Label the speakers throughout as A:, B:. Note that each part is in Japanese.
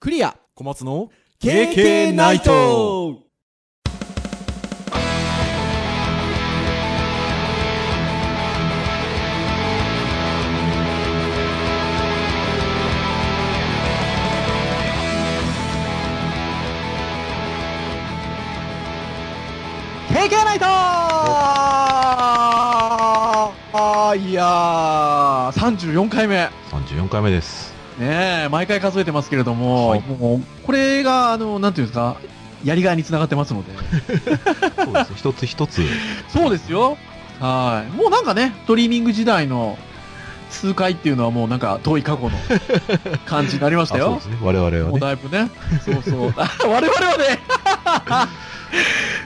A: クリア
B: 小松の
A: KK ナイト経験ないとあーいやー、34回目。
B: 34回目です
A: ねえ、毎回数えてますけれども、
B: はい
A: もう、これが、あの、なんていうんですか、やりがいにつながってま すので。
B: そう です一つ一つ
A: そうですよ。はい。もうなんかね、ストリーミング時代の数回っていうのはもうなんか遠い過 去の感じになりました
B: あそう
A: よ
B: で。すね我々は
A: もう
B: ね
A: だいぶね。そう そう。あ我々はね。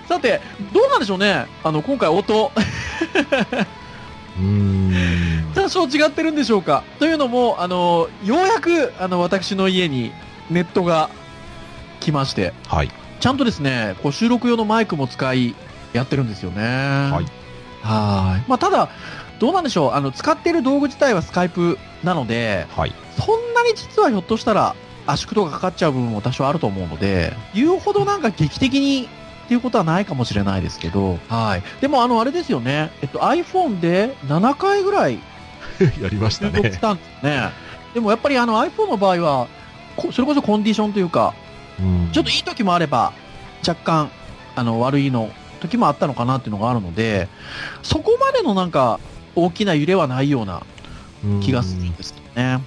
A: さて、どうなんでしょうね。あの、今回音。
B: うーん
A: 多少違ってるんでしょうかというのも、あの、ようやく、あの、私の家にネットが来まして、
B: はい。
A: ちゃんとですね、こう収録用のマイクも使い、やってるんですよね。はいはーい。まあ、ただ、どうなんでしょう。あの、使ってる道具自体はスカイプなので、
B: はい
A: そんなに実はひょっとしたら圧縮とかかかっちゃう部分も多少あると思うので、言うほどなんか劇的にっていうことはないかもしれないですけど、はい。でもあの、あれですよね。えっと、iPhone で7回ぐらい
B: やりまし
A: 収
B: た
A: 録 し
B: ね
A: たんですね。でもやっぱりあの iPhone の場合は、こそれこそコンディションというか、
B: うん
A: ちょっといい時もあれば、若干、あの、悪いの、時もあったのかなっていうのがあるので、そこまでのなんか、大きな揺れはないような
B: うん
A: 気がするんですよね。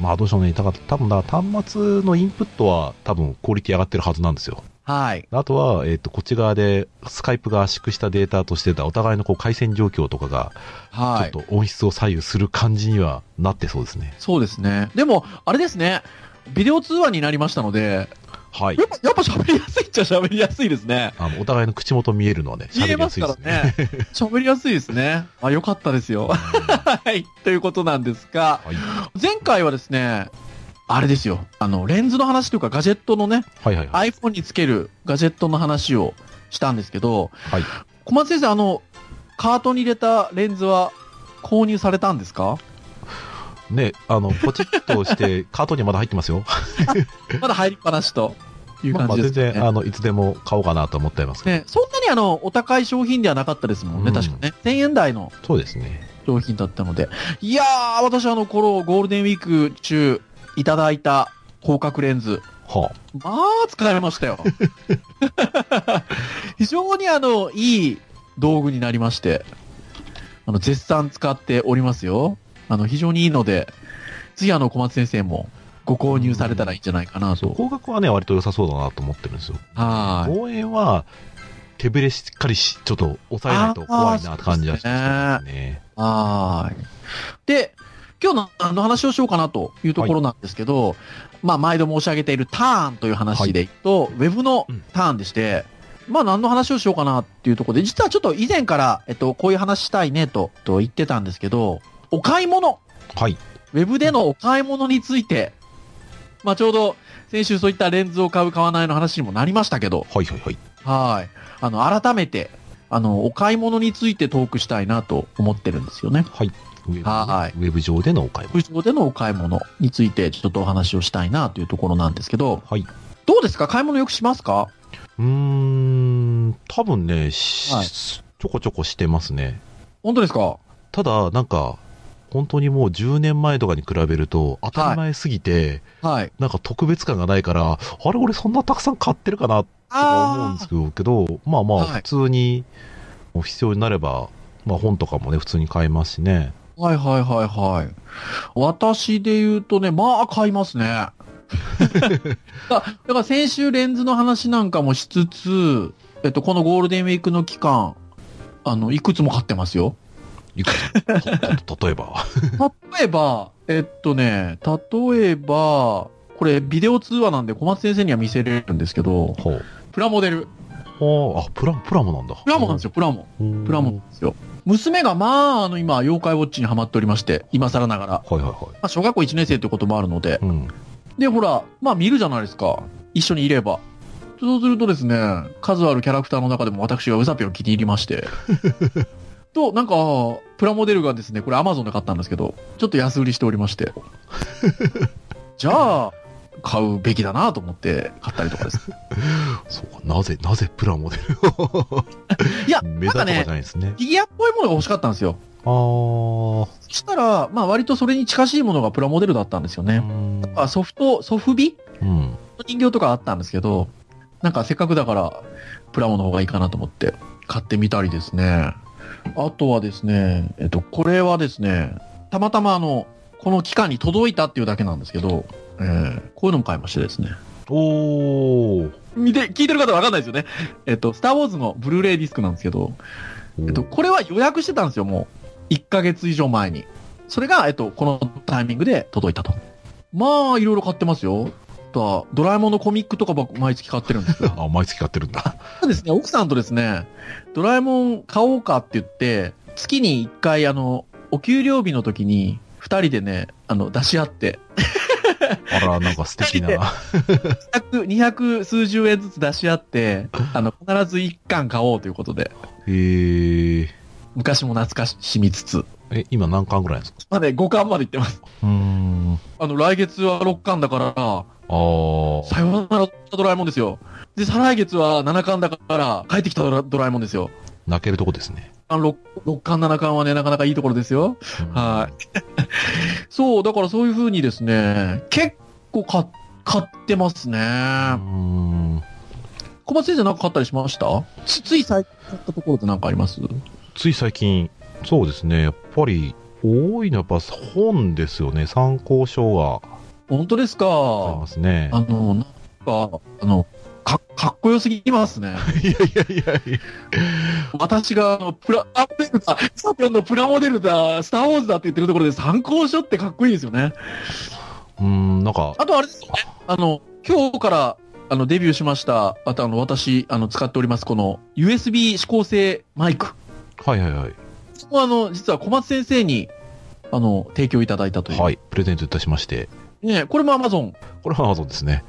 B: まあどうしようねだから多分だから端末のインプットは多分クオリティ上がってるはずなんですよ
A: はい。
B: あとは、えっ、と、こっち側で、スカイプが圧縮したデータとしてたお互いのこう回線状況とかが、
A: はい。
B: ちょっと音質を左右する感じにはなってそうですね。
A: そうですね。でも、あれですね。ビデオ通話になりましたので、
B: はい
A: や。っぱ、やっぱ喋りやすいっちゃ喋りやすいですね。
B: あの、お互いの口元見えるのはね、
A: 言え
B: 喋り
A: ま
B: や
A: す
B: すい
A: か
B: で
A: ら
B: すね。
A: ね。喋りやすいですね。あ、よかったですよ。 はい。ということなんですが、
B: はい
A: 前回はですね、あれですよ。あの、レンズの話というか、ガジェットのね、
B: はいはいはい。
A: iPhone につけるガジェットの話をしたんですけど、
B: はい
A: 小松先生、あの、カートに入れたレンズは購入されたんですか
B: ね、あの、ポチッとして、カートにはまだ入ってます よ。
A: まだ入りっぱなしという
B: まあ
A: 感
B: まあ
A: じで
B: 全
A: すね。
B: 然、あの、いつでも買おうかなと思ってますけど。
A: ね、そんなにあの、お高い商品ではなかったですもんね、
B: うん
A: 確かね。1000円台の
B: そうですね。
A: 商品だったので。いやー、私あの頃、ゴールデンウィーク中、いただいた広角レンズ。
B: はあ。
A: まあ、使えまし たよ。非常にあの、いい道具になりまして、あの、絶賛使っておりますよ。あの、非常にいいので、次あの、小松先生もご購入されたらいいんじゃないかな
B: そう、
A: と。
B: 広角はね、割と良さそうだなと思ってるんですよ。
A: はーい。
B: 望遠は、手ぶれしっかりし、ちょっと抑えないと怖いなって感じがしてますね。
A: はーい。で、今日のあの話をしようかなというところなんですけど、まあ、毎度申し上げているターンという話でいくと、ウェブのターンでして、まあ、何の話をしようかなっていうところで、実はちょっと以前から、えっと、こういう話したいねと、と言ってたんですけど、お買い物、
B: はい。
A: ウェブでのお買い物について、まあ、ちょうど、先週そういったレンズを買う、買わないの話にもなりましたけど、
B: はいはいはい。
A: はい。あの、改めて、あの、お買い物についてトークしたいなと思ってるんですよね。
B: ウェブね
A: はい
B: ウェブ上でのお買い物。
A: 副上でのお買い物についてちょっとお話をしたいなというところなんですけど、
B: はい。
A: どうですか買い物よくしますか
B: うーん、多分ね、し
A: はい
B: ちょこちょこしてますね。
A: 本当ですか
B: ただ、なんか、本当にもう10年前とかに比べると、当たり前すぎて、
A: はい。
B: なんか特別感がないから、あれ、俺そんなたくさん買ってるかなとか思うんですけど、けどまあまあ、
A: はい
B: 普通に、もう必要になれば、まあ本とかもね、普通に買いますしね。
A: はいはいはいはい。私で言うとね、まあ買いますね。だだから先週レンズの話なんかもしつつ、えっと、このゴールデンウィークの期間、あの、いくつも買ってますよ。
B: いくつと と例えば。
A: 例えば、えっとね、例えば、これビデオ通話なんで小松先生には見せれるんですけど、
B: ほう。
A: プラモデル。
B: ほうあ、プラ、プラモなんだ。
A: プラモなんです
B: よ。
A: よ、プラモ。プラモなんですよ。娘がまあ、あの今、妖怪ウォッチにハマっておりまして、今更ながら。ま
B: はいはいは
A: あ、小学校1年生ということもあるので。
B: い。うん。
A: で、ほら、まあ見るじゃないですか。一緒にいれば。そうするとですね、数あるキャラクターの中でも私がウサピを気に入りまして。と、なんか、プラモデルがですね、これ Amazon で買ったんですけど、ちょっと安売りしておりまして。じゃあ、買うべきだなと思って買ったりとかです。
B: そうか、なぜ、なぜプラモデルを
A: いや、
B: 目立
A: な
B: た
A: ん
B: とかじ
A: かね
B: ゃ、ないですね。
A: フィギュアっぽいものが欲しかったんですよ。
B: あー
A: そしたら、まあ割とそれに近しいものがプラモデルだったんですよ
B: う
A: ね。
B: ん
A: あソフト、ソフビ
B: うん。
A: の人形とかあったんですけど、なんかせっかくだから、プラモの方がいいかなと思って買ってみたりですね。あとはですね、えっと、これはですね、たまたまあの、この期間に届いたっていうだけなんですけど、えーこういうのも買いましてですね。
B: おー。
A: 見て、聞いてる方わかんないですよね。えっと、スターウォーズのブルーレイディスクなんですけど、えっと、これは予約してたんですよ、もう。1ヶ月以上前に。それが、えっと、このタイミングで届いたと。まあ、いろいろ買ってますよ。あとはドラえもんのコミックとかば毎月買ってるんですけど。
B: あ、毎月買ってるんだ。
A: そうですね、奥さんとですね、ドラえもん買おうかって言って、月に1回、あの、お給料日の時に、2人でね、あの、出し合って、
B: あら、なんか素敵な。
A: 200、200数十円ずつ出し合って、あの、必ず1巻買おうということで、
B: えー、
A: 昔も懐かしみつつ、
B: え、今何巻ぐらいですか
A: まあね、5巻まで行ってます。
B: うーん。
A: あの、来月は6巻だから、
B: あー。
A: さよならドラえもんですよ。で、再来月は7巻だから、帰ってきたドラドラえもんですよ。
B: 泣けるとこですね。。
A: あの 6, 6巻、7巻はね、なかなかいいところですよ。はい そう、だからそういう風にですね、結構買買ってますね。
B: うーん。
A: 小松先生なんか買ったりしましたつつい最近買ったところってなんかあります
B: つい最近、そうですね、やっぱり、多いのはやっぱ本ですよね。参考書が
A: 本当です
B: あり
A: か
B: ますね。
A: あの、なんか、あの、かかっこよすぎますね。
B: いやいやいやいや。
A: 私が、あの、プラ、あ、プレルだ、サピョンのプラモデルだ、スターウォーズだって言ってるところで参考書ってかっこいいですよね。
B: うーん、なんか、
A: あとあれですよね。あの、今日から、あの、デビューしました。また、あの、私、あの、使っております、この、USB 指向性マイク。
B: はいはいはい。
A: ここあの、実は小松先生に、あの、提供いただいたという。
B: はい、プレゼントいたしまして、
A: ねえこれも Amazon。
B: これは Amazon ですね。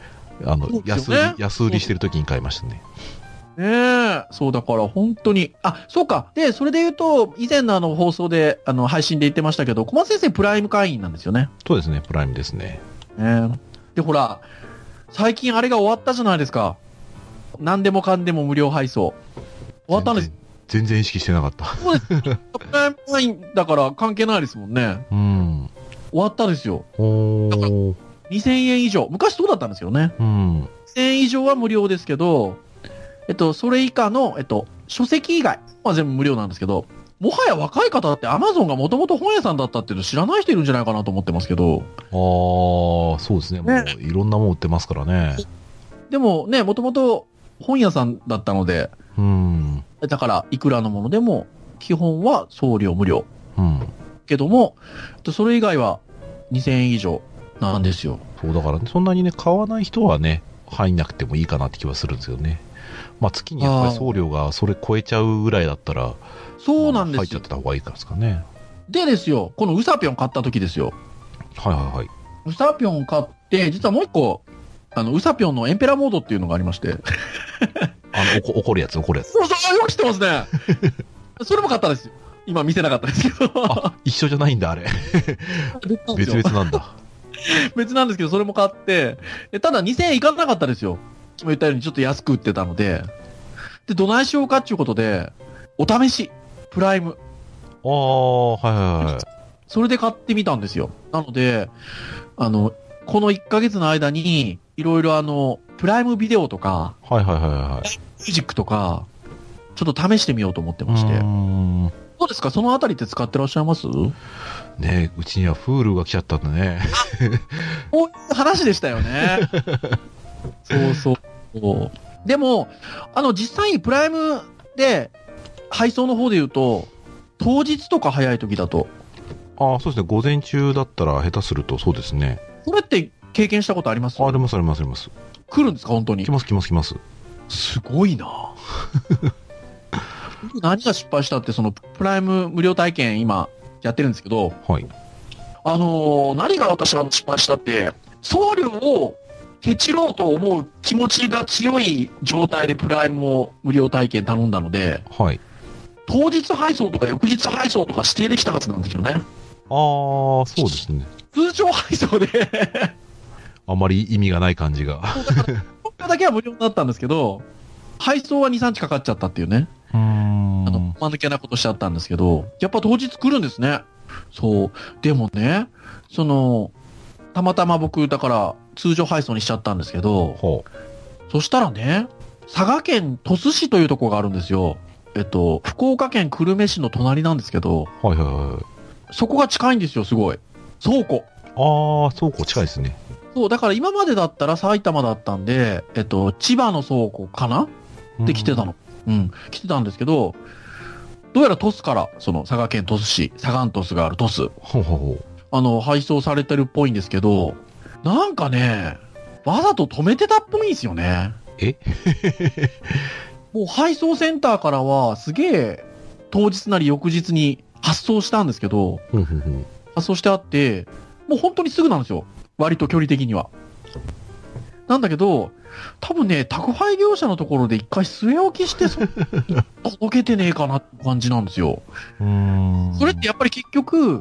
B: あの、
A: そうです
B: 安
A: よね
B: 売り、安売りしてる時に買いましたね。
A: ねえ、そうだから本当に。あ、そうか。で、それで言うと、以前のあの、放送で、あの、配信で言ってましたけど、小松先生プライム会員なんですよね。
B: そうですね、プライムですね。
A: ねで、ほら、最近あれが終わったじゃないですか。何でもかんでも無料配送。終わったんです。
B: 全然全然意識してなかった。
A: プライム会員だから関係ないですもんね。
B: うん。
A: 終わったですよ。
B: おー。
A: 2000円以上。昔そうだったんですよね。
B: うん。
A: 1000円以上は無料ですけど、えっと、それ以下の、えっと、書籍以外は全部無料なんですけど、もはや若い方って Amazon がもともと本屋さんだったっていうの知らない人いるんじゃないかなと思ってますけど、
B: あー、そうですね。も
A: ね
B: う、いろんなもん売ってますからね。
A: でもね、もともと本屋さんだったので、
B: うん。
A: だから、いくらのものでも、基本は送料無料。
B: うん。
A: けども、それ以外は2000円以上なんですよ。
B: そう、だから、ね、そんなにね、買わない人はね、入んなくてもいいかなって気はするんですよね。まあ、月にやっぱり送料がそれ超えちゃうぐらいだったら、
A: そうなんで
B: 入っ
A: す
B: ちゃっ
A: よ。
B: てた方がいいからですかね。
A: でですよ、このウサピョン買った時ですよ。
B: はいはいはい。
A: ウサピョン買って、実はもう一個、あの、ウサピョンのエンペラモードっていうのがあり まして。
B: あの、おこ怒るやつ、怒るやつ。
A: そうそう、よく知ってますね。 それも買ったんですよ。今見せなかったですけど。
B: あ、一緒じゃないんだ、あれ。
A: 別なんです
B: 別
A: よ
B: 々なん だ。
A: 別なんですけど、それも買って、でただ2000円いかなかったですよ。今言ったようにちょっと安く売ってたので。で、どないしようかっていうことで、お試し、プライム。
B: ああ、はいはいはい。
A: それで買ってみたんですよ。なので、あの、この1ヶ月の間に、いろいろあの、プライムビデオとか、
B: はいはいはいはい。
A: ミュージックとか、ちょっと試してみようと思ってまして
B: うー。ん
A: どうですかそのあたりって使ってらっしゃいますこ
B: ねうちにはフールが来ちゃったんでね。
A: ういう話でしたよ ね。そうそうそう。でも、あの、実際にプライムで、配送の方で言うと、当日とか早い時だと、
B: ああ、そうですね。午前中だったら下手するとそうですね。
A: それって経験したことあります
B: あ、ありますありますあります。
A: 来るんですか本当に
B: 来。ます来ます来ます。
A: すごい な何が失敗したって、その、プライム無料体験今、やってるんですけど、
B: はい。
A: あのー何が私が失敗したって、送料をケチろうと思う気持ちが強い状態でプライムを無料体験頼んだので、
B: はい。
A: 当日配送とか翌日配送とか指定できたはずなんですよね。
B: あ あ、そうですね。
A: 通常配送で、
B: あまり意味がない感じが。
A: これだけは無料になったんですけど、配送は2、3日かかっちゃったっていうね。
B: うーん
A: あの、間抜けなことしちゃったんですけど、やっぱ当日来るんですね。そう。でもね、その、たまたま僕、だから、通常配送にしちゃったんですけど、
B: ほう。
A: そしたらね、佐賀県鳥栖市というとこがあるんですよ。えっと、福岡県久留米市の隣なんですけど、
B: はいはいはい。
A: そこが近いんですよ、すごい。倉庫。
B: ああ、倉庫近いですね。
A: そう、だから今までだったら埼玉だったんで、えっと、千葉の倉庫かなって来てたの。うん、来てたんですけど、どうやら鳥栖から、その佐賀県鳥栖市、佐賀鳥栖がある鳥栖、
B: ほうほうほう。
A: あの、配送されてるっぽいんですけど、なんかね、わざと止めてたっぽいんですよね。
B: え
A: もう配送センターからは、すげえ、当日なり翌日に発送したんですけど、
B: ふんふんふん
A: 発送してあって、もう本当にすぐなんですよ。割と距離的には。なんだけど、多分ね、宅配業者のところで一回据え置きして、そ届けてねえかなって感じなんですよ。
B: うーん。
A: それってやっぱり結局、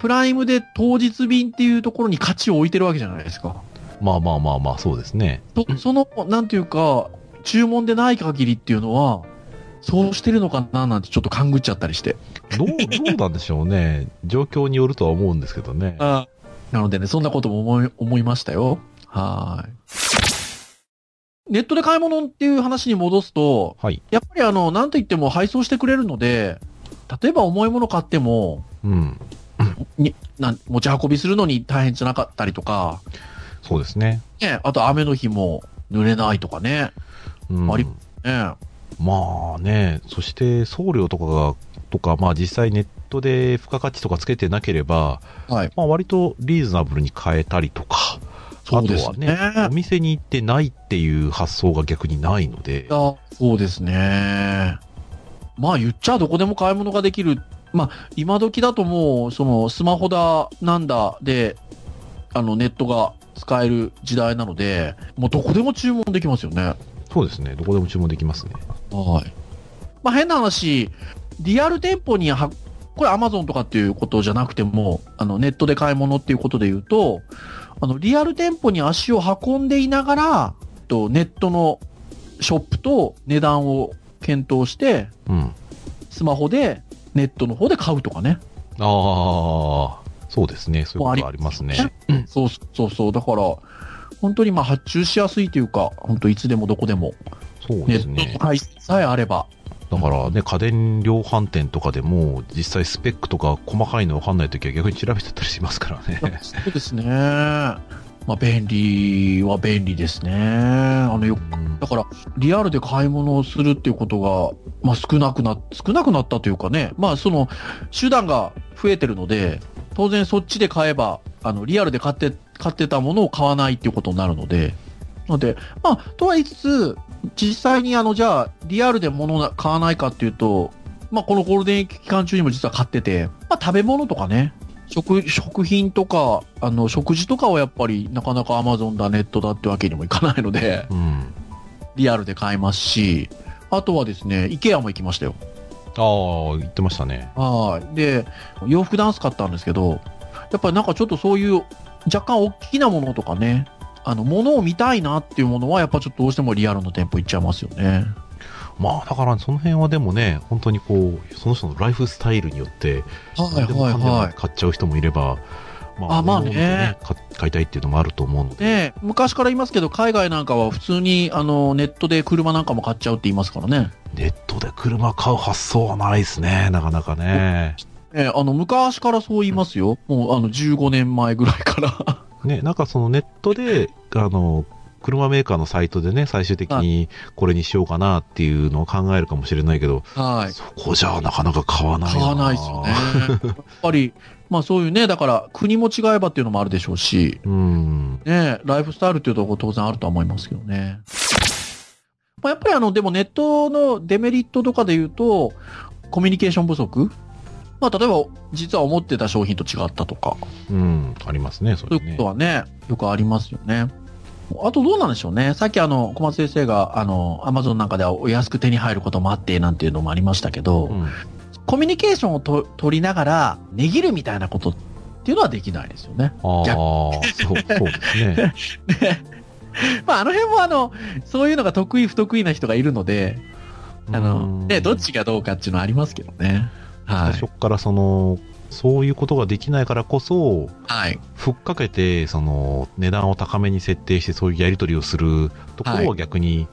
A: プライムで当日便っていうところに価値を置いてるわけじゃないですか。
B: まあまあまあまあ、そうですね。
A: とその、なんていうか、注文でない限りっていうのは、そうしてるのかななんてちょっと勘ぐっちゃったりして。
B: どう、どうなんでしょうね。状況によるとは思うんですけどね。
A: なのでね、そんなことも思い、思いましたよ。はーい。ネットで買い物っていう話に戻すと、
B: はい。
A: やっぱりあの、なんと言っても配送してくれるので、例えば重いもの買っても、
B: うん。
A: になん持ち運びするのに大変じゃなかったりとか、
B: そうですね。
A: ね、あと雨の日も濡れないとかね。
B: うん、
A: ありね
B: まあね、そして送料とかが、とか、まあ実際ネットで付加価値とかつけてなければ、
A: はい。
B: まあ割とリーズナブルに買えたりとか、
A: そうですね。
B: あとはね、お店に行ってないっていう発想が逆にないので、
A: あそうですね。まあ言っちゃどこでも買い物ができる。まあ今時だともう、そのスマホだなんだで、あのネットが使える時代なので、もうどこでも注文できますよね。
B: そうですね、どこでも注文できますね。
A: はい。まあ変な話、リアル店舗には、これ Amazon とかっていうことじゃなくても、あのネットで買い物っていうことで言うと、あのリアル店舗に足を運んでいながら、とネットのショップと値段を検討して、
B: うん。
A: スマホでネットの方で買うとかね。
B: ああ、そうですね、そういうこと
A: もう
B: あ
A: あ
B: りますね。
A: そうそうそう。だから、本当にまあ発注しやすいというか、本当いつでもどこでも、
B: そう
A: ネ
B: です
A: ットの
B: ね。
A: 会さえあれば。
B: だからね、家電量販店とかでも、実際スペックとか細かいの分かんないときは逆に調べちゃったりしますから ね。
A: そうですね。まあ便利は便利ですね。あのよ
B: うん
A: だから、リアルで買い物をするっていうことが、まあ少なくな、少なくなったというかね、まあその、手段が増えてるので、当然そっちで買えば、あの、リアルで買って、買ってたものを買わないっていうことになるので、ので、まあ、とは言いつつ、実際にあの、じゃあ、リアルで物な買わないかっていうと、まあこのゴールデンウィーク期間中にも実は買ってて、まあ食べ物とかね、食、食品とか、あの、食事とかはやっぱりなかなか Amazon だ、ネットだってわけにもいかないので、
B: うん。
A: リアルで買えますし、あとはですね、IKEA も行きましたよ。
B: ああ、言ってましたね。
A: はい。で、洋服ダンス買ったんですけど、やっぱりなんかちょっとそういう若干大きなものとかね、あの、ものを見たいなっていうものは、やっぱちょっとどうしてもリアルの店舗行っちゃいますよね。
B: まあ、だからその辺はでもね、本当にこう、その人のライフスタイルによって、
A: はい
B: でも
A: はい
B: かんでも
A: はい。
B: 買っちゃう人もいれば、ま
A: あまあね
B: いろいろ買買いたいっていうのもあると思うので、
A: で、昔から言いますけど、海外なんかは普通に、あの、ネットで車なんかも買っちゃうって言いますからね。
B: ネットで車買う発想はないですね、なかなかね。
A: えあの、昔からそう言いますよ。もう、あの、15年前ぐらいから。
B: ね、なんかそのネットで、あの、車メーカーのサイトでね、最終的にこれにしようかなっていうのを考えるかもしれないけど、
A: はい。
B: そこじゃなかなか買わない
A: 買わないですよね。やっぱり、まあそういうね、だから国も違えばっていうのもあるでしょうし、
B: うん。
A: ね、ライフスタイルっていうところ当然あるとは思いますけどね。まあ、やっぱりあの、でもネットのデメリットとかで言うと、コミュニケーション不足まあ例えば、実は思ってた商品と違ったとか、
B: うん。ありますね、そ
A: そ
B: れ
A: ういう
B: ね
A: こと。はね、よくありますよね。あとどうなんでしょうね。さっきあの、小松先生が、あの、アマゾンなんかではお安く手に入ることもあって、なんていうのもありましたけど、
B: うん
A: コミュニケーションをと取りながら、値切るみたいなことっっていうのはできないですよね。
B: ああ、
A: 逆
B: そう、そうですね。
A: まあ、あの辺もあの、そういうのが得意不得意な人がいるので、 あ
B: う
A: の、
B: ん
A: ね、どっちがどうかっていうのはありますけどね。
B: 最
A: はい
B: 初。からその、そういうことができないからこそ、
A: はい。
B: ふっかけて、その、値段を高めに設定して、そういうやり取りをするところは逆に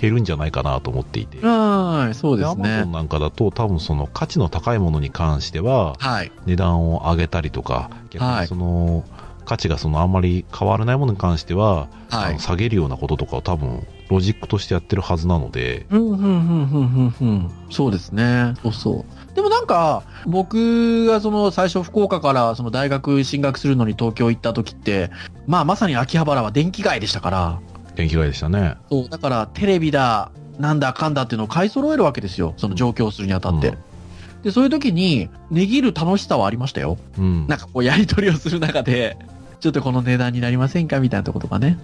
B: 減るんじゃないかなと思っていて。
A: はい、そうで
B: ア
A: す
B: マゾン
A: ね。
B: なんかだと、多分その価値の高いものに関しては、
A: はい。
B: 値段を上げたりとか、逆
A: は
B: に
A: い
B: その、価値がそのあんまり変わらないものに関しては、
A: は
B: あの
A: い。
B: 下げるようなこととかを多分ロジックとしてやってるはずなので、
A: うん、うん、うん、うん、うん、うん。そうですね。そうそう。でもなんか、僕がその最初福岡からその大学進学するのに東京行った時って、まあまさに秋葉原は電気街でしたから、
B: 電気街でしたね。
A: そう、だからテレビだ、なんだかんだっていうのを買い揃えるわけですよ。その上京するにあたって。で、そういう時に、値切る楽しさはありましたよ。
B: うん。うん
A: なんかこうやり取りをする中で、ちょっとこの値段になりませんかみたいなとことかね。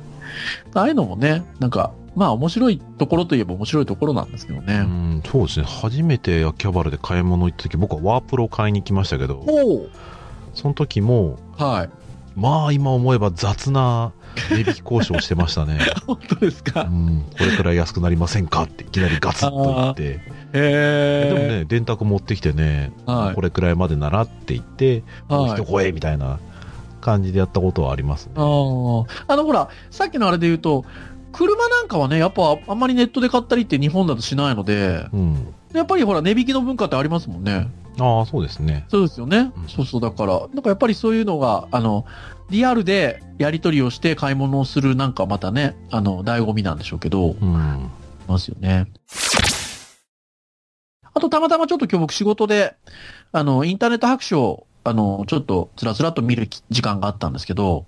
A: ああいうのもね、なんか、まあ面白いところといえば面白いところなんですけど
B: う
A: ね。
B: ん、そうですね。初めて秋葉原で買い物行った時、僕はワープロを買いに行きましたけど、
A: おお
B: その時も、
A: はい。
B: まあ今思えば雑な値引き交渉をしてました ね。
A: 本当です
B: う
A: か。
B: ん、これくらい安くなりませんかっていきなりガツッと言って。でも
A: へえ。
B: ね、電卓持ってきてね、
A: はい
B: これくらいまでならって言って、もう
A: はい
B: 一声みたいな感じでやったことはありますね。
A: あーあのほら、さっきのあれで言うと、車なんかはね、やっぱあんまりネットで買ったりって日本だとしないので、
B: うん。
A: やっぱりほら、値引きの文化ってありますもんね。
B: ああ、そうですね。
A: そうですよね。
B: うん
A: そうそう、だから、なんかやっぱりそういうのが、あの、リアルでやり取りをして買い物をするなんかまたね、あの、醍醐味なんでしょうけど、
B: うん。
A: ますよね。あと、たまたまちょっと今日僕仕事で、あの、インターネット白書を、あの、ちょっとつらつらと見るき時間があったんですけど、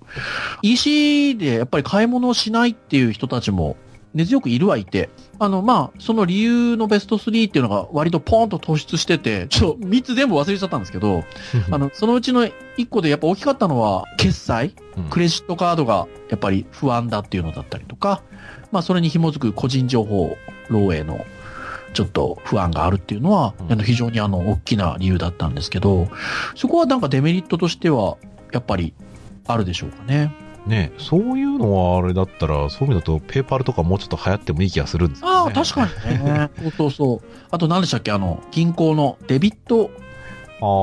A: EC でやっぱり買い物をしないっていう人たちも根強くいるはいて、あの、まあ、その理由のベスト3っていうのが割とポーンと突出してて、ちょっと3つ全部忘れちゃったんですけど、あの、そのうちの1個でやっぱ大きかったのは、決済
B: うん
A: クレジットカードがやっぱり不安だっていうのだったりとか、まあそれに紐づく個人情報漏洩のちょっと不安があるっていうのは、
B: うん
A: あの非常にあの大きな理由だったんですけど、そこはなんかデメリットとしてはやっぱりあるでしょうかね。
B: ね、そういうのはあれだったら、そういう意味だと、ペーパルとかもうちょっと流行ってもいい気がするんですけ
A: あ
B: ど
A: あ、
B: ね。
A: 確かにね。 そうそうそう。あと何でしたっけあの、銀行のデビット、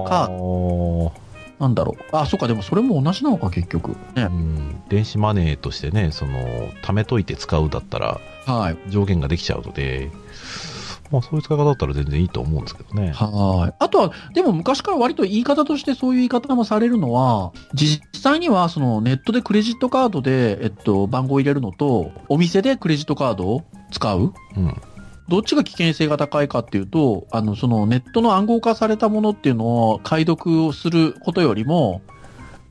B: あ
A: カ
B: あー
A: なんだろう。あ、そっか、でもそれも同じなのか結局。ね
B: う。ん、電子マネーとしてね、その、貯めといて使うだったら、
A: はい。
B: 上限ができちゃうので、まあ、そういう使い方だったら全然いいと思うんですけどね。
A: はい。あとは、でも昔から割と言い方としてそういう言い方もされるのは、実際にはそのネットでクレジットカードで、えっと、番号を入れるのと、お店でクレジットカードを使う
B: うん。
A: どっちが危険性が高いかっていうと、あの、そのネットの暗号化されたものっていうのを解読をすることよりも、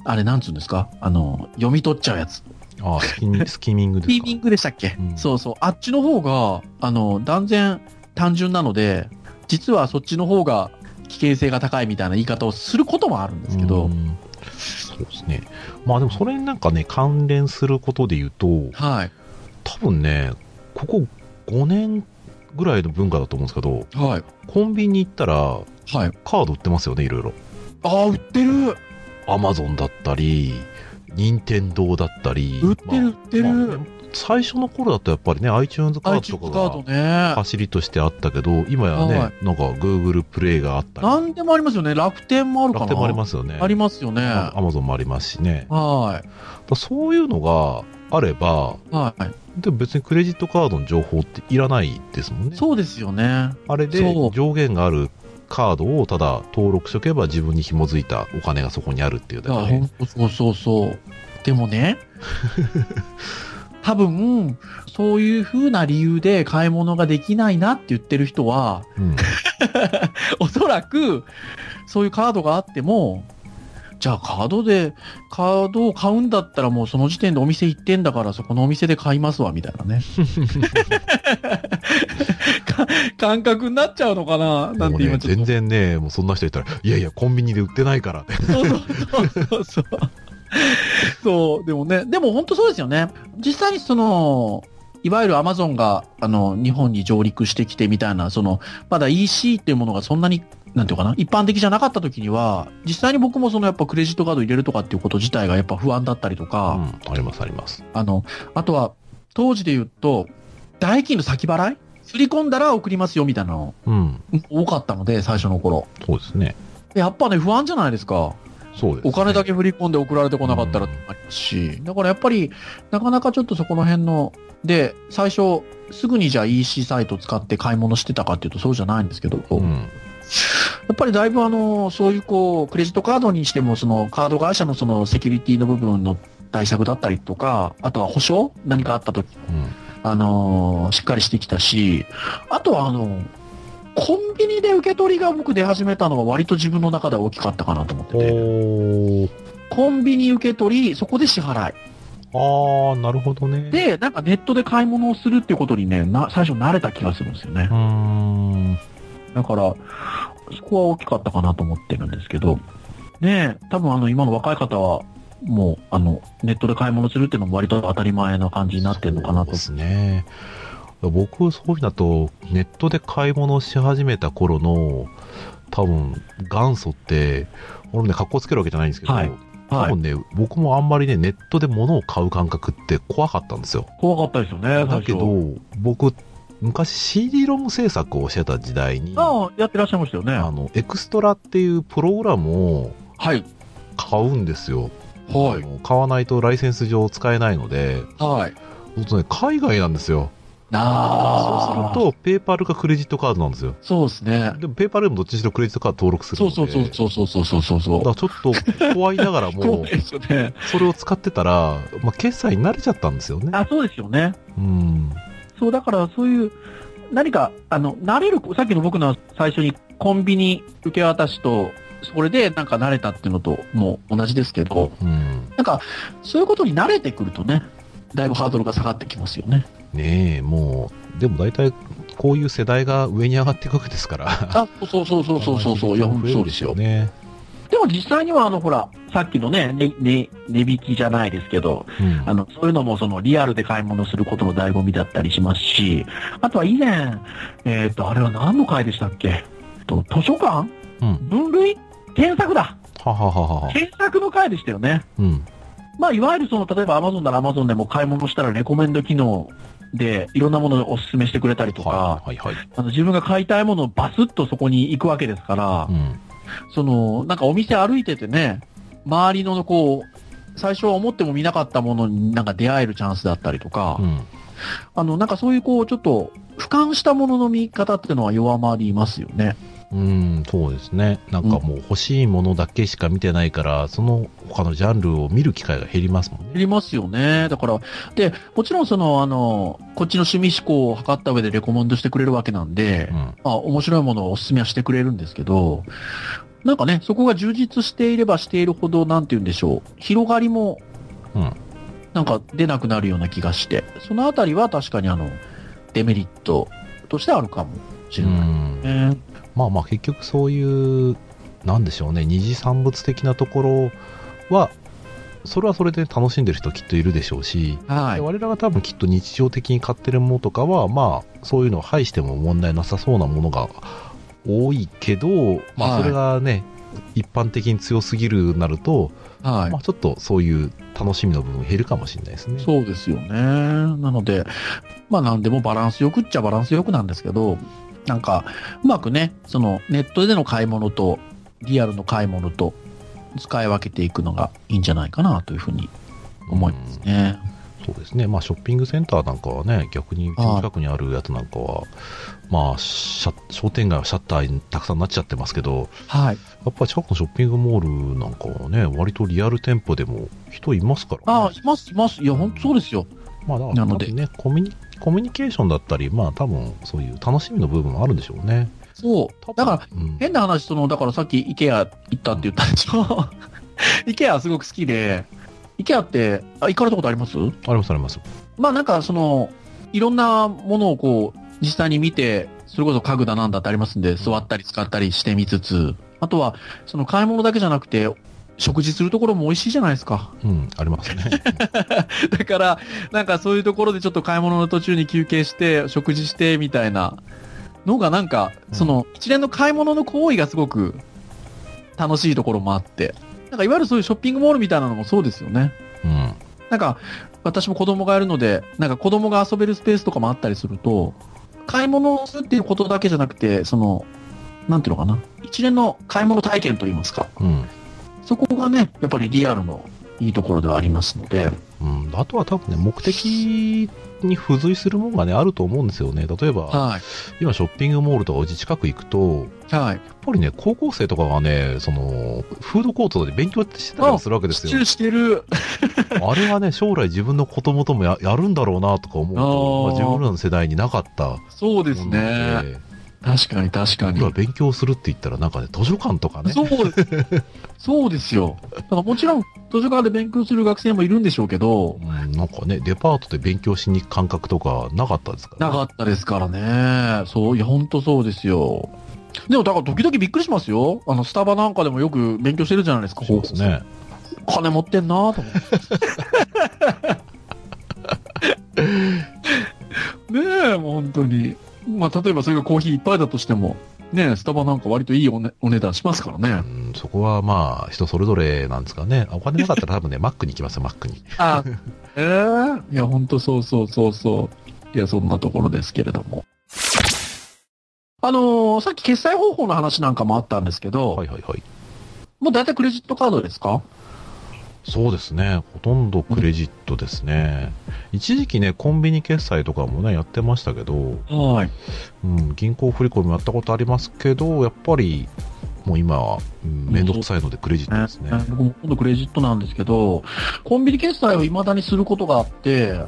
A: あれなんつうんですかあの、読み取っちゃうやつ。
B: ああ、スキ ミスキミングです
A: ピー
B: か。
A: ミングでしたっけ、
B: うん
A: そうそう。あっちの方が、あの、断然単純なので、実はそっちの方が危険性が高いみたいな言い方をすることもあるんですけど、
B: うんそうですね。まあでも、それになんかね、関連することで言うと、
A: はい。
B: 多分ね、ここ5年ぐらいの文化だと思うんですけど、
A: はい。
B: コンビニ行ったら、
A: はい。
B: カード売ってますよね、いろいろ。
A: ああ、売ってる
B: アマゾンだったり、任天堂だったり。
A: 売ってる売ってる、
B: まあまあ最初の頃だとやっぱりね、iTunes カー
A: iTunes
B: ド
A: カ
B: とか
A: ー
B: が
A: ドね。
B: 走りとしてあったけど、今や
A: は
B: ね、なんか Google プレイがあったり、
A: 何でもありますよね。楽天もあるかな
B: 楽天もありますよね。
A: ありますよね。
B: アマゾンもありますしね。だか
A: は
B: らそういうのがあれば、
A: い。はい。
B: でも別にクレジットカードの情報っていらないですもんね。
A: そうですよね。
B: あれで
A: そう
B: 上限があるカードをただ登録しとけば自分に紐づいたお金がそこにあるっていう
A: いや、
B: だけ
A: ほん
B: で。
A: とそうそうそう。でも ね、多分、そういう風な理由で買い物ができないなって言ってる人は、
B: うん
A: おそらく、そういうカードがあっても、じゃあカードで、カードを買うんだったらもうその時点でお店行ってんだからそこのお店で買いますわ、みたいなね。 か 感覚になっちゃうのかななんて
B: もうね
A: 今ちょっと
B: 全然ね、もうそんな人いたら、いやいや、コンビニで売ってないからって。
A: そうそうそうそう。そう、でもね、でも本当そうですよね。実際にその、いわゆるアマゾンが、あの、日本に上陸してきてみたいな、その、まだ EC っていうものがそんなになんていうかな、一般的じゃなかった時には、実際に僕もそのやっぱクレジットカード入れるとかっていうこと自体がやっぱ不安だったりと
B: う
A: か、
B: ん、ありますあります。
A: あの、あとは、当時で言うと、代金の先払い振り込んだら送りますよみたいなの
B: うん、
A: 多かったので、最初の頃。
B: そうですね。
A: でやっぱね、不安じゃないですか。
B: そうです、ね。
A: お金だけ振り込んで送られてこなかったら
B: うん
A: ありますし、だからやっぱり、なかなかちょっとそこの辺の、で、最初、すぐにじゃあ EC サイト使って買い物してたかっていうとそうじゃないんですけど、
B: うん、
A: やっぱりだいぶあの、そういうこう、クレジットカードにしても、そのカード会社のそのセキュリティの部分の対策だったりとか、あとは保証何かあった時、
B: うん、
A: あのーしっかりしてきたし、あとはあの、コンビニで受け取りが僕出始めたのが割と自分の中では大きかったかなと思ってて、
B: おー
A: コンビニ受け取り、そこで支払い。
B: ああ、なるほどね。、
A: で、なんかネットで買い物をするっていうことにね、な最初慣れた気がするんですよね
B: うー。ん、
A: だから、そこは大きかったかなと思ってるんですけど、ねえ、多分あの、今の若い方は、もう、あの、ネットで買い物するっていうのも割と当たり前な感じになってるのかな
B: そう
A: と
B: で。すね。僕、そういうふうだと、ネットで買い物し始めた頃の、多分元祖って、俺もね、格好つけるわけじゃないんですけど、
A: はい
B: 多
A: はい
B: 分。ね、僕もあんまりね、ネットで物を買う感覚って怖かったんですよ。
A: 怖かったですよね、
B: だ
A: 最
B: け
A: 初。
B: ど、僕、昔 CD ロム制作をしてた時代に、あ
A: ああ、やってらっしゃいましたよね。
B: の、エクストラっていうプログラムを
A: はい。
B: 買うんですよ。
A: は
B: あ
A: い。
B: の買わないとライセンス上使えないので、
A: はい。
B: ほんとね、海外なんですよ。そう
A: ああ。
B: すると、ペーパルかクレジットカードなんですよ。
A: そうですね。
B: でも、ペーパルでもどっちにしろクレジットカード登録する
A: そ
B: の
A: う
B: で。
A: そうそうそうそうそうそうそうそう。
B: だからちょっと怖いながら
A: 怖
B: も
A: い、ですよね。
B: それを使ってたら、まあ、決済に慣れちゃったんですよね。
A: あ、そうですよね。
B: うん。
A: そう、だからそういう、何か、あの、慣れる、さっきの僕の最初にコンビニ受け渡しと、それでなんか慣れたっていうのとも同じですけど、
B: うん。
A: なんか、そういうことに慣れてくるとね、だいぶハードルが下がってきますよね。
B: ねえ、もう、でも大体、こういう世代が上に上がっていくわけですから。
A: あ、そうそうそうそうそうそう、いや、ほんとそうですよ。
B: ね。
A: でも実際には、あの、ほら、さっきのね、ね、ね、値引きじゃないですけど、
B: うん
A: あの、そういうのもそのリアルで買い物することの醍醐味だったりしますし、あとは以前、えっ、と、あれは何の会でしたっけと図書館
B: うん。
A: 分類検索だ
B: ははははは。
A: 検索の回でしたよね。
B: うん。
A: まあ、いわゆるその、例えば Amazon なら Amazon でも買い物したらレコメンド機能でいろんなものをお勧めしてくれたりとか、
B: はいはいはい。
A: あの自分が買いたいものをバスッとそこに行くわけですから、
B: うん。
A: その、なんかお店歩いててね、周りのこう、最初は思っても見なかったものになんか出会えるチャンスだったりとか、
B: うん。
A: あの、なんかそういうこう、ちょっと、俯瞰したものの見方っていうのは弱まりますよね。
B: うん、そうですね。なんかもう欲しいものだけしか見てないから、その他のジャンルを見る機会が減りますもんね。
A: 減りますよね。だから、で、もちろんその、あの、こっちの趣味思考を図った上でレコメンドしてくれるわけなんで、
B: うん。
A: まあ、面白いものをお勧めはしてくれるんですけど、なんかね、そこが充実していればしているほど、なんて言うんでしょう、広がりも、
B: うん
A: なんか出なくなるような気がして、そのあたりは確かにあの、デメリットとしてあるかもし
B: う
A: れない。
B: ん。
A: ね
B: まあまあ結局そういう、なんでしょうね、二次産物的なところは、それはそれで楽しんでる人きっといるでしょうし、
A: は
B: で
A: い。
B: 我らが多分きっと日常的に買ってるものとかは、まあ、そういうのを排しても問題なさそうなものが多いけど、ま
A: は
B: あ、
A: い
B: それがね、一般的に強すぎるなると、
A: はい
B: まあ、。ちょっとそういう楽しみの部分減るかもしれないですね。
A: そうですよね。なので、まあ何でもバランスよくっちゃバランスよくなんですけど、なんか、うまくね、そのネットでの買い物と、リアルの買い物と、使い分けていくのがいいんじゃないかなというふうに思いますね。
B: そうですね。まあ、ショッピングセンターなんかはね、逆にうちの近くにあるやつなんかは、まあ、シャ商店街はシャッターにたくさんなっちゃってますけど、
A: はい。
B: やっぱ近くのショッピングモールなんかはね、割とリアル店舗でも人いますからね。
A: ああ、います、います。いや、本当そうですよ。
B: まあだから
A: なので
B: 多分ねコミュニ、コミュニケーションだったり、まあ多分そういう楽しみの部分もあるんでしょうね。
A: そう。だから、、
B: うん、
A: 変な話、その、だからさっき IKEA 行ったって言ったでしょ。IKEA すごく好きで、IKEA って、あ、行かれたことあります
B: ありますあります。
A: まあなんかその、いろんなものをこう、実際に見て、それこそ家具だなんだってありますんで、座ったり使ったりしてみつつ、あとは、その買い物だけじゃなくて、食事するところも美味しいじゃないですか。
B: うん、ありますね。
A: だから、なんかそういうところでちょっと買い物の途中に休憩して、食事して、みたいな。のがなんか、
B: うん
A: その一連の買い物の行為がすごく楽しいところもあって、なんかいわゆるそういうショッピングモールみたいなのもそうですよね。
B: うん。
A: なんか、私も子供がいるので、なんか子供が遊べるスペースとかもあったりすると、買い物をするっていうことだけじゃなくて、その、なんていうのかな。一連の買い物体験といいますか。
B: うん。
A: そこがね、やっぱりリアルのいいところではありますので。
B: うん、あとは多分ね、目的に付随するものがね、あると思うんですよね。例えば、
A: はい。
B: 今ショッピングモールとかうち近く行くと、
A: はい。
B: やっぱりね、高校生とかがね、その、フードコートで勉強してたりもするわけです
A: 支
B: よ。
A: 柱してる。
B: あれはね、将来自分の子供ともややるんだろうなとか思うと、まあ
A: あー
B: 自分らの世代になかった
A: そうで
B: も
A: す
B: のなの
A: ね。
B: で、
A: 確かに確かに
B: 僕。ら勉強するって言ったら、なんかね、図書館とかね、
A: そうです。そうですよ。だからもちろん、図書館で勉強する学生もいるんでしょうけど、
B: うん、なんかね、デパートで勉強しに行く感覚とかなかったですから、
A: な
B: ね。
A: かったですからね。そう、いや、ほんとそうですよ。でも、だから、時々びっくりしますよ。あの、スタバなんかでもよく勉強してるじゃないですか、
B: しますね。
A: 金持ってんなぁと思って。 ねえ、もう本当に。まあ、例えばそれがコーヒーいっぱいだとしても、ねえ、スタバなんか割といいお,、ね、お値段しますからね。
B: うんそこはまあ、人それぞれなんですかね。お金なかったら多分ね、マッ クに行きますよ、マックに。
A: あ、ええいや、本当そうそうそうそう。いや、そんなところですけれども。あのーさっき決済方法の話なんかもあったんですけど、
B: はいはいはい。
A: もう大体クレジットカードですか
B: そうですね。ほとんどクレジットですね。一時期ね、コンビニ決済とかもね、やってましたけど、
A: はい。
B: うん、銀行振り込みもやったことありますけど、やっぱり、もう今は、うんめんどくさいのでクレジットですね。
A: ね僕も今度クレジットなんですけど、コンビニ決済を未だにすることがあって、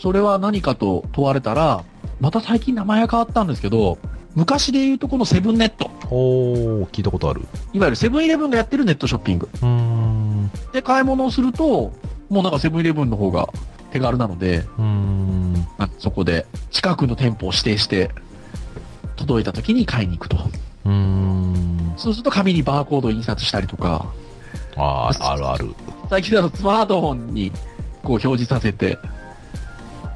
A: それは何かと問われたら、また最近名前が変わったんですけど、昔で言うとこのセブンネット、
B: おー、聞いたことある。
A: いわゆるセブンイレブンがやってるネットショッピング
B: うーん、
A: で買い物をすると、もうなんかセブンイレブンの方が手軽なので、
B: うーん。
A: あそこで近くの店舗を指定して、届いた時に買いに行くと。
B: うーん。
A: そうすると紙にバーコードを印刷したりとか、
B: あー、あるある。
A: 最近だとスマートフォンにこう表示させて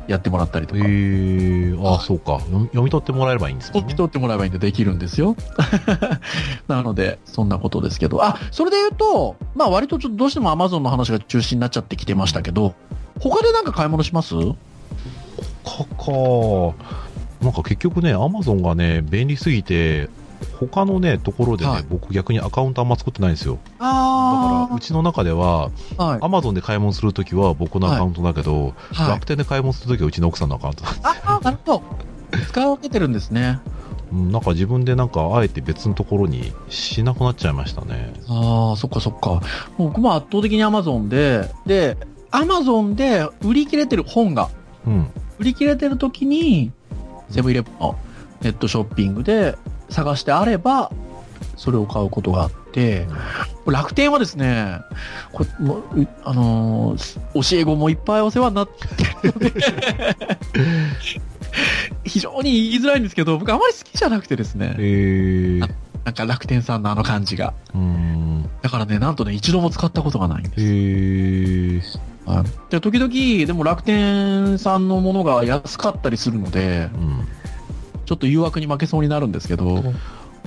A: やってもらったりと
B: え
A: か、
B: ー、あー、そうか。読み読み取ってもらえればいいんですもん
A: 引
B: ね
A: き。取ってもらえばいいんでできるんですよ。 なので、そんなことですけど。あ、それで言うと、まあ割とちょっとどうしても Amazon の話が中心になっちゃってきてましたけど、他でなんか買い物します
B: かかなんか結局ねアマゾンがね便利すぎて他のねところでね、
A: はい
B: 僕逆にアカウントあんま作ってないんですよだ
A: あ
B: からうちの中では
A: ら、はい。
B: アマゾンで買い物するときは僕のアカウントだけど、
A: はい
B: 楽天で買い物するときはうちの奥さんのアカウント
A: あー、なるほど。使い分けてるんですね。
B: うんなんか自分でなんかあえて別のところにしなくなっちゃいましたね
A: ああ、そっかそっか。もう僕も圧倒的に Amazon で、で、Amazon で売り切れてる本が、
B: うん
A: 売り切れてる時に、セブンイレブンのネットショッピングで探してあれば、それを買うことがあって、楽天はですね、これ、もううあのー教え子もいっぱいお世話になってるので、非常に言いづらいんですけど、僕あまり好きじゃなくてです
B: え
A: ね、
B: ー、
A: なんか楽天さんのあの感じが。
B: うん
A: だからね、なんとね、一度も使ったことがないんです
B: え。ー、
A: で時々、でも楽天さんのものが安かったりするので、
B: うん
A: ちょっと誘惑に負けそうになるんですけど、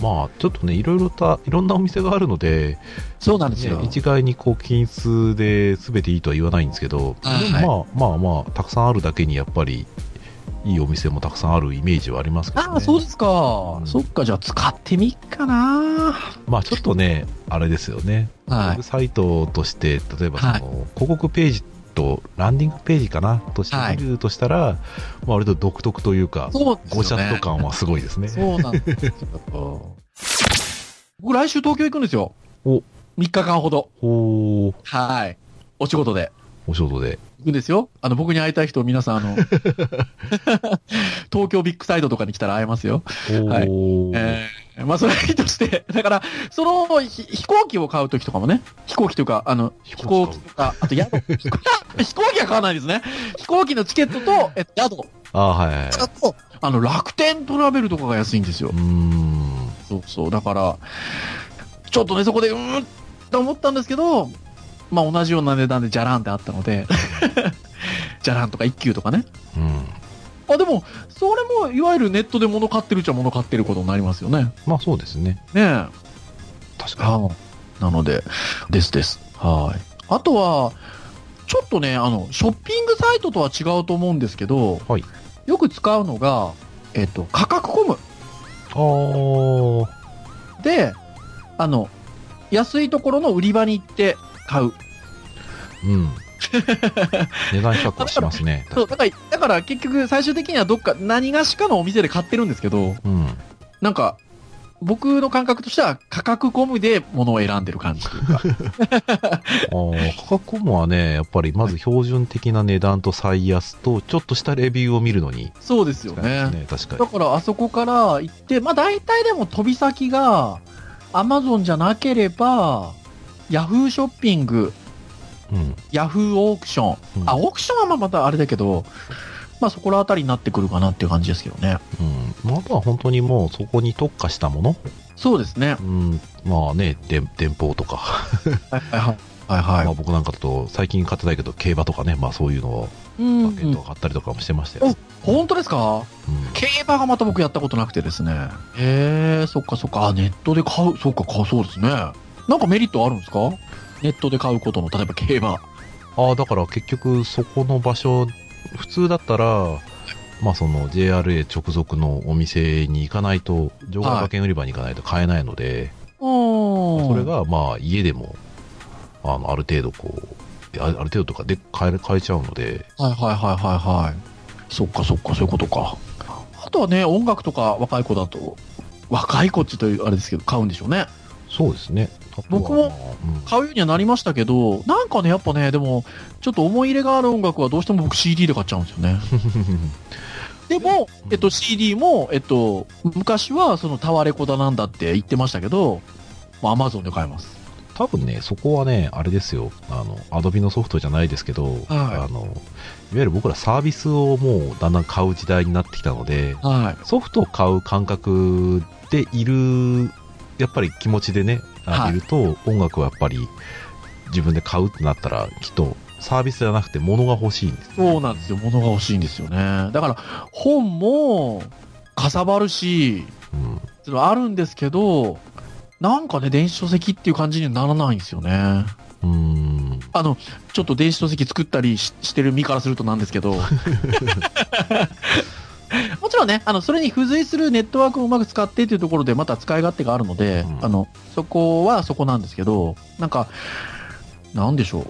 B: まあちょっとねいろいろたいろんなお店があるので
A: そうなんですよ。
B: ね一概にこう均一で全ていいとは言わないんですけど、
A: あー
B: でもまあ、まあまあたくさんあるだけにやっぱりいいお店もたくさんあるイメージはありますけど、ね、
A: ああ、そうですか。
B: ん
A: そっか、じゃあ使ってみっかな。
B: まあちょっとねあれですよね、ウェ
A: は
B: ブ
A: い。
B: サイトとして例えばその、
A: はい
B: 広告ページとランディングページかなとして
A: はい
B: 見るとしたら、まあ、割と独特というか
A: そうですよね
B: ごちゃっと感はすごいですね
A: そうなんですよ。僕、来週東京行くんですよ。
B: お
A: 3日間ほど。
B: おー
A: はい。お仕事で。
B: お仕事で
A: 行くんですよ。あの、僕に会いたい人、皆さん、あの、東京ビッグサイドとかに来たら会えますよ。
B: おー、
A: はいえー、まあ、それはいいとして、 だから、その、ひ飛行機を買うときとかもね、飛行機というか、あの、
B: 飛
A: 飛
B: 行
A: 行
B: 機
A: 機とか、あと宿、 飛行機は買わないですね。飛行機のチケットと、えっと、宿
B: あーはいはいはい
A: とかと、あの、楽天トラベルとかが安いんですよ
B: う。ーん
A: そうそう。だから、ちょっとね、そこで、うーんと思ったんですけど、まあ、同 じような値段でじゃらんってあったので、じゃらんとか一級とかね、
B: うん
A: あ、でも、それも、いわゆるネットで物買ってるっちゃ物買ってることになりますよね。
B: まあそうですね。
A: ねえ。
B: 確か
A: はいなので、ですです。はい。あとは、ちょっとね、あの、ショッピングサイトとは違うと思うんですけど、
B: はい
A: よく使うのが、えっと、価格コム
B: に。ああ。
A: で、あの、安いところの売り場に行って買う。
B: うん。 値段比較はしますね。
A: そう、だから、だから結局最終的にはどっか何がしかのお店で買ってるんですけど、
B: うん。
A: なんか、僕の感覚としては価格コムで物を選んでる 感じというか。
B: あー価格もはね、やっぱりまず標準的な値段と最安と、ちょっとしたレビューを見るのに
A: そうですよ
B: 使え
A: ね
B: ます。ね。確か
A: だからあそこから行って、まあ大体でも飛び先が、アマゾンじゃなければ、ヤフーショッピング、
B: に。うん。
A: ヤフーオークション。
B: うん
A: あ、オークションはまあまたあれだけど、まあそこら辺りになってくるかなっていう感じですけどね。
B: うんまあ、あとは本当にもうそこに特化したもの、
A: そうですね
B: う。ん、まあね、で電報とか、
A: はいはいはい。はいはい
B: まあ、僕なんかだと最近買ってないけど、競馬とかね、まあ、そういうのを
A: うんう
B: バ
A: ん
B: ケット買ったりとかもしてましたよ。
A: 本当ですか
B: うん
A: 競馬がまた僕やったことなくてですね。へえ、そっかそっか。あ、ネットで買う。そっか、買うそうですね。なんかメリットあるんですかネットで買うことの、例えば競馬。
B: ああだから結局そこの場所普通だったらまあその JRA 直属のお店に行かないと場外馬券売り場に行かないと買えないので、
A: うん。
B: それがまあ家でもあのある程度こうあある程度とかで買え買えちゃうので
A: はいはいはいはいはい。そっかそっか、そういうことか。あとはね、音楽とか若い子だと、若い子っちというあれですけど、買うんでしょうね。
B: そうですねあとは
A: 僕も
B: まあうん
A: 買うようにはなりましたけど、なんかね、やっぱね、でも、ちょっと思い入れがある音楽はどうしても僕 CD で買っちゃうんですよね。でも、
B: うん
A: えっと、CD も、えっと、昔はそのタワレコだなんだって言ってましたけど、もう Amazon で買えます。
B: 多分ね、そこはね、あれですよ、あの、アドビのソフトじゃないですけど、い、あの、いわゆる僕らサービスをもうだんだん買う時代になってきたので、
A: はい。
B: ソフトを買う感覚でいる、やっぱり気持ちでね、あ
A: はい
B: い、ると、音楽はやっぱり自分で買うってなったら、きっとサービスじゃなくて物が欲しいんですよね、
A: そうなんですよ。物が欲しいんですよね。だから、本も、かさばるし、
B: うん
A: それはあるんですけど、なんかね、電子書籍っていう感じにならないんですよね。
B: うーん
A: あの、ちょっと電子書籍作ったりししてる身からするとなんですけど。 もちろんね、あの、それに付随するネットワークをうまく使ってっていうところで、また使い勝手があるので、
B: うん
A: あの、そこはそこなんですけど、なんか、なんでしょ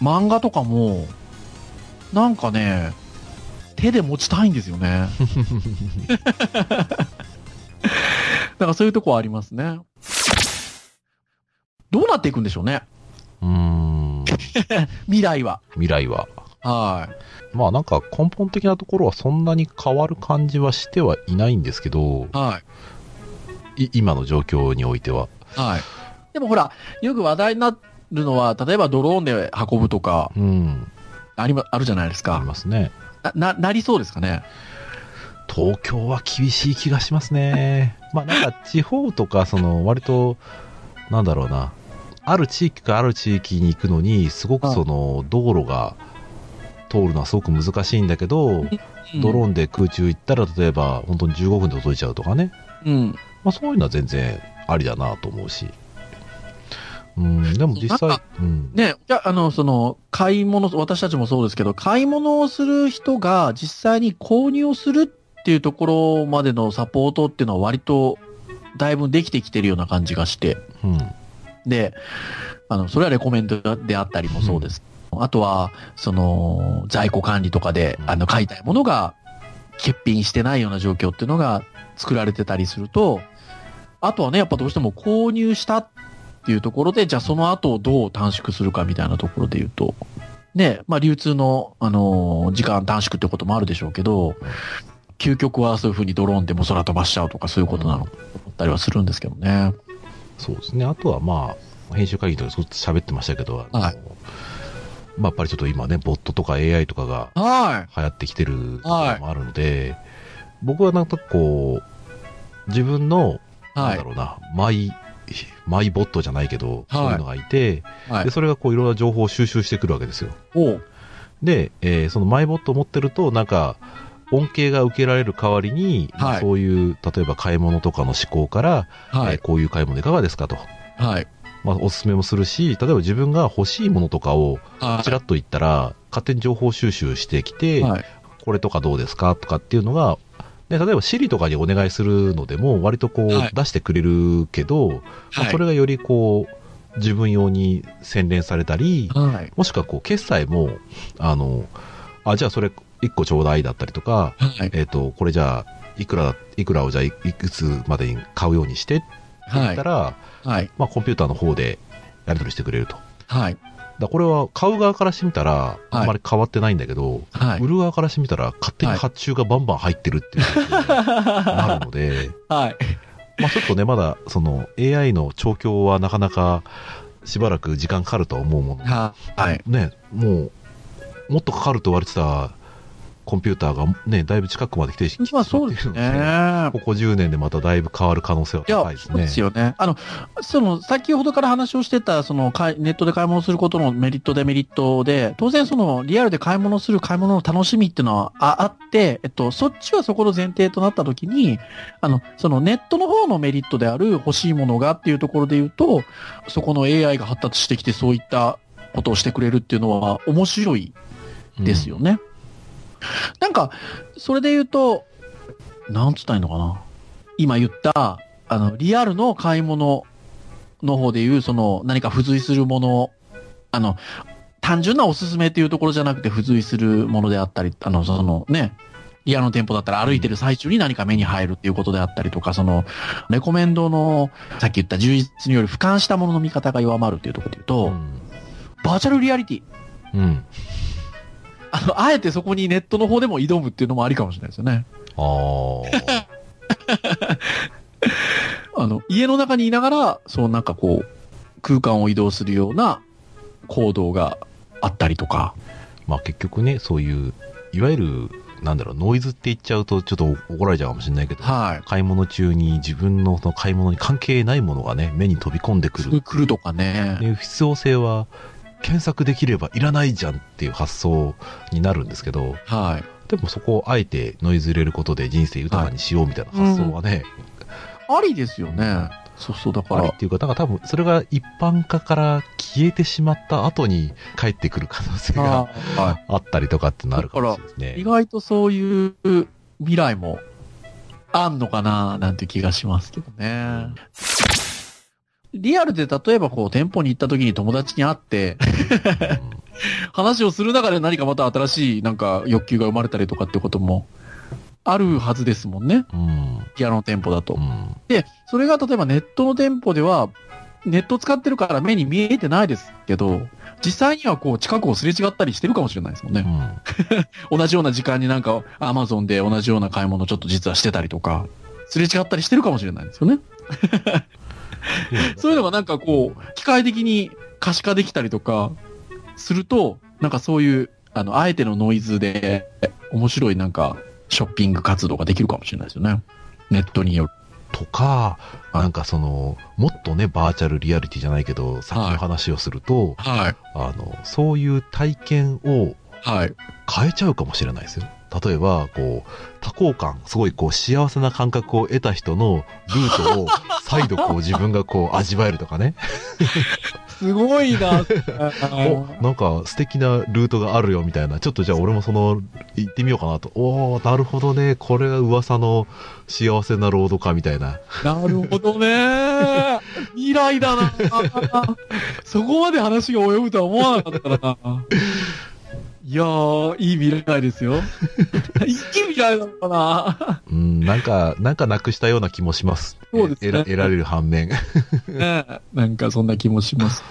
A: う。漫画とかも、なんかね、手で持ちたいんですよ ね。だからそういうとこはありますね。どうなっていくんでしょうね、
B: うーん
A: 未来は。
B: 未来は。
A: はい。
B: まあなんか根本的なところはそんなに変わる感じはしてはいないんですけど、
A: はい。
B: い今の状況においては。
A: はい。でもほら、よく話題になるのは、例えばドローンで運ぶとか、
B: うん。
A: ありま、あるじゃないです
B: あり
A: か。
B: ますね。
A: な、ななりそうですかね。
B: 東京は厳しい気がしますね。まあなんか地方とか、その割と、なんだろうな、ある地域からある地域に行くのに、すごく
A: はい
B: その道路が通るのはすごく難しいんだけど、ドロー
A: ン。
B: ンで空中行ったら、例えば本当に15分で届いちゃうとかね。
A: うん。
B: まあそういうのは全然ありだなと思うし。うん、でも実
A: なん
B: 際
A: か、
B: うん。
A: ね、じゃあ、あの、その、買い物、私たちもそうですけど、買い物をする人が実際に購入をするっていうところまでのサポートっていうのは割と、だいぶできてきてるような感じがして。
B: うん。
A: で、あの、それはレコメンドであったりもそうです。あとは、その、在庫管理とかで、あの、買いたいものが欠品してないような状況っていうのが作られてたりすると、あとはね、やっぱどうしても購入したっていうところで、じゃあその後をどう短縮するかみたいなところで言うと、ね、まあ流通の、あのー時間短縮ってこともあるでしょうけど、究極はそういうふうにドローンでも空飛ばしちゃうとかそういうことなのかと思ったりはするんですけどね。
B: そうですね。あとはまあ、編集会議とかでずっと喋ってましたけど、あの
A: はい
B: まあやっぱりちょっと今ね、ボットとか AI とかが
A: はい。
B: 流行ってきてるところもあるので、僕はなんかこう、自分の、な
A: は
B: ん
A: い
B: だ。ろうな、マイ、マイボットじゃないけど、
A: はい
B: そういうのがいて、
A: はい
B: で、それがこういろんな情報を収集してくるわけですよ。
A: おう
B: で、えーそのマイボットを持ってると、なんか、恩恵が受けられる代わりに、
A: はい
B: そういう、例えば買い物とかの思考から、
A: は
B: えー
A: い。
B: こういう買い物いかがですかと、
A: はい。
B: まあ、おすすめもするし、例えば自分が欲しいものとかを
A: は
B: ちらっと言ったら、勝手に情報収集してき
A: い。
B: て、
A: はい。
B: これとかどうですかとかっていうのが、で例えば Siri とかにお願いするのでも、割とこ
A: はいう
B: 出してくれるけど、まあそれがよりこう、自分用に洗練されたり、
A: はい。
B: もしくはこう、決済も、あの、あ、じゃあそれ1個ちょうだいだったりとか、
A: はい。
B: えっ、と、これじゃあ、いくら、いくらをじゃあいいくつまでに買うようにしてって言
A: は
B: っ
A: い
B: た。ら、
A: はい。
B: まあコンピューターの方でやり取りしてくれると。
A: はい。
B: だからこれは買う側からしてみたら、あんまり変わってないんだけど、
A: はい
B: 売。る側からしてみたら勝手に発注がバンバン入ってるっていうことになるので、
A: はい。
B: まあちょっとねまだその AI の調教はなかなかしばらく時間かかるとは思うものの、
A: はい。
B: ねもうもっとかかると言われてたコンピューターがねだいぶ近くまで来てきてし
A: ま
B: まっ
A: あ
B: ている
A: そ
B: の
A: う
B: で
A: ですね。
B: ここ10年でまただいぶ変わる可能性はい
A: や
B: 高い、です
A: そう
B: ね。
A: ですよね。あの、その、先ほどから話をしてた、その、買いネットで買い物することのメリット、デメリットで、当然その、リアルで買い物する買い物の楽しみっていうのはああって、えっと、そっちはそこの前提となったときに、あの、そのネットの方のメリットである欲しいものがっていうところで言うと、そこの AI が発達してきてそういったことをしてくれるっていうのは面白い
B: うん
A: ですよね。なんか、それで言うと、なんつったらいいのかな。今言った、あの、リアルの買い物の方で言う、その、何か付随するもの、あの、単純なおすすめっていうところじゃなくて付随するものであったり、あの、そのね、リアルの店舗だったら歩いてる最中に何か目に入るっていうことであったりとか、その、レコメンドの、さっき言った充実による俯瞰したものの見方が弱まるっていうところで言うと、
B: うん
A: バーチャルリアリティ。
B: うん
A: あの、あえてそこにネットの方でも挑むっていうのもありかもしれないですよね。
B: あー
A: あの、家の中にいながら、そのなんかこう、空間を移動するような行動があったりとか。
B: まあ結局ねそういういわゆるなんだろうノイズって言っちゃうとちょっと怒られちゃうかもしれないけど、
A: は
B: 買い物中に自分のその買い物に関係ないものがね目に飛び込んでく
A: い。
B: るっ
A: 来るとかね
B: て。いう必要性は検索できればいらないじゃんっていう発想になるんですけど
A: はい。
B: でもそこをあえてノイズ入れることで人生豊かにしようみたいな発想はね、
A: ありですよね。そうそう、だか
B: あり
A: ら
B: っ。ていうかだから多分それが一般化から消えてしまった後に帰ってくる可能性が
A: は
B: あったりとかってなるかもしれないです
A: い。意
B: ね。
A: 外とそういう未来もあんのかな、なんて気がしますけどね。リアルで例えばこう、店舗に行った時に友達に会って、
B: うん
A: 話をする中で何かまた新しいなんか欲求が生まれたりとかってこともあるはずですもんね。
B: うん
A: ピアノの店舗だと
B: う。ん
A: で、それが例えばネットの店舗では、ネット使ってるから目に見えてないですけど、実際にはこう近くをすれ違ったりしてるかもしれないですもん
B: う
A: ね。
B: ん
A: 同じような時間になんか Amazon で同じような買い物ちょっと実はしてたりとか、すれ違ったりしてるかもしれないですよね。そういうのがなんかこう、機械的に可視化できたりとか、すると、なんかそういう、あの、あえてのノイズで、面白いなんか、ショッピング活動ができるかもしれないですよね。ネットによる。
B: とか、
A: はい
B: なんかその、もっとね、バーチャルリアリティじゃないけど、さっきの話をすると、
A: はい。
B: あの、そういう体験を
A: はい。
B: 変えちゃうかもしれないですよ。例えば、こう、多幸感、すごいこう、幸せな感覚を得た人のルー トを、再度こう、自分がこう、味わえるとかね。
A: すごいな
B: お、なんか素敵なルートがあるよ、みたいな。ちょっとじゃあ俺もその、行ってみようかなと。おー、なるほどね。これが噂の幸せなロードか、みたいな。
A: なるほどね。未来だ な。そこまで話が及ぶとは思わなかったな。いやー、いい未来です よ。いい未来なのかな。
B: うん、なんか、なんかなくしたような気もします。
A: そうですね
B: えら得られる反面。
A: ねえ なんかそんな気もします。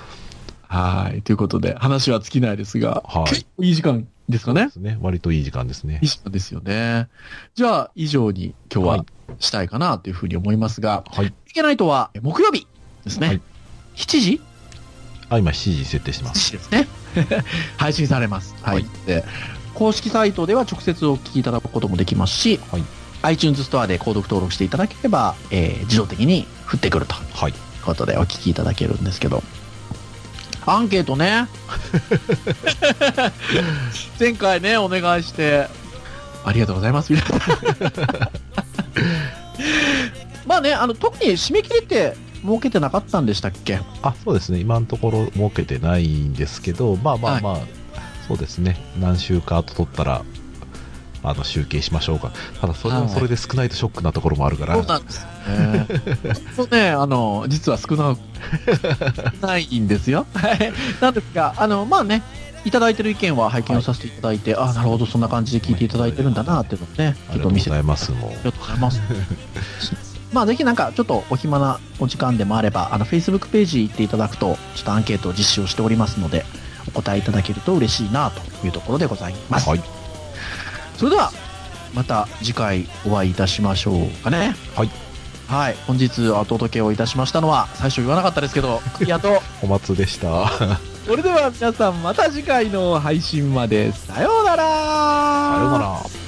A: はい。ということで、話は尽きないですが、
B: はい
A: 結構いい時間ですかね。
B: ですね。割といい時間ですね
A: いい。時間ですよね。じゃあ、以上に今日
B: は
A: はしたいかなというふうに思いますが、
B: はい。
A: いけないとは木曜日ですね。
B: はい
A: 7時
B: あ、今7時に設定してま
A: ?7
B: す。
A: 時ですね。配信されます。はい。
B: はい
A: で公式サイトでは直接お聞きいただくこともできますし、
B: はい
A: iTunes ストアで購読登録していただければ、えー自動的に降ってくると。
B: はい。
A: ということでお聞きいただけるんですけどアンケート ね前回ねお願いしてありがとうござ います、みたいな。まあね、あの、特に締め切りって設けてなかったんでしたっけ
B: あそうですね今のところ設けてないんですけどまあまあまあ、そうですね何週か後取ったらあの集計しましょうかただそれ
A: は
B: はいそれで少ないとショックなところもあるから、
A: そうなんですよね。そうね、あの、実は少 な、少ないんですよ。はいなんですが、あの、まあね、いただいてる意見は拝見をさせていただいて、ああ、なるほど、そんな感じで聞いていただいてるんだな、っていうのをね、
B: ありが
A: ちょっと
B: とうご
A: 見せて
B: ざいますもう
A: ありがとうございます。 まあ、ぜひなんか、ちょっとお暇なお時間でもあれば、あの、Facebook ページ行っていただくと、ちょっとアンケートを実施をしておりますので、お答えいただけると嬉しいな、というところでございます。
B: はい
A: それでは、また次回お会いいたしましょうかね。
B: はい。
A: はい。本日お届けをいたしましたのは、最初言わなかったですけど、 クリアと、
B: お松でしたさよ
A: それでは皆さん、また次回の配信まで、さようなら
B: うなら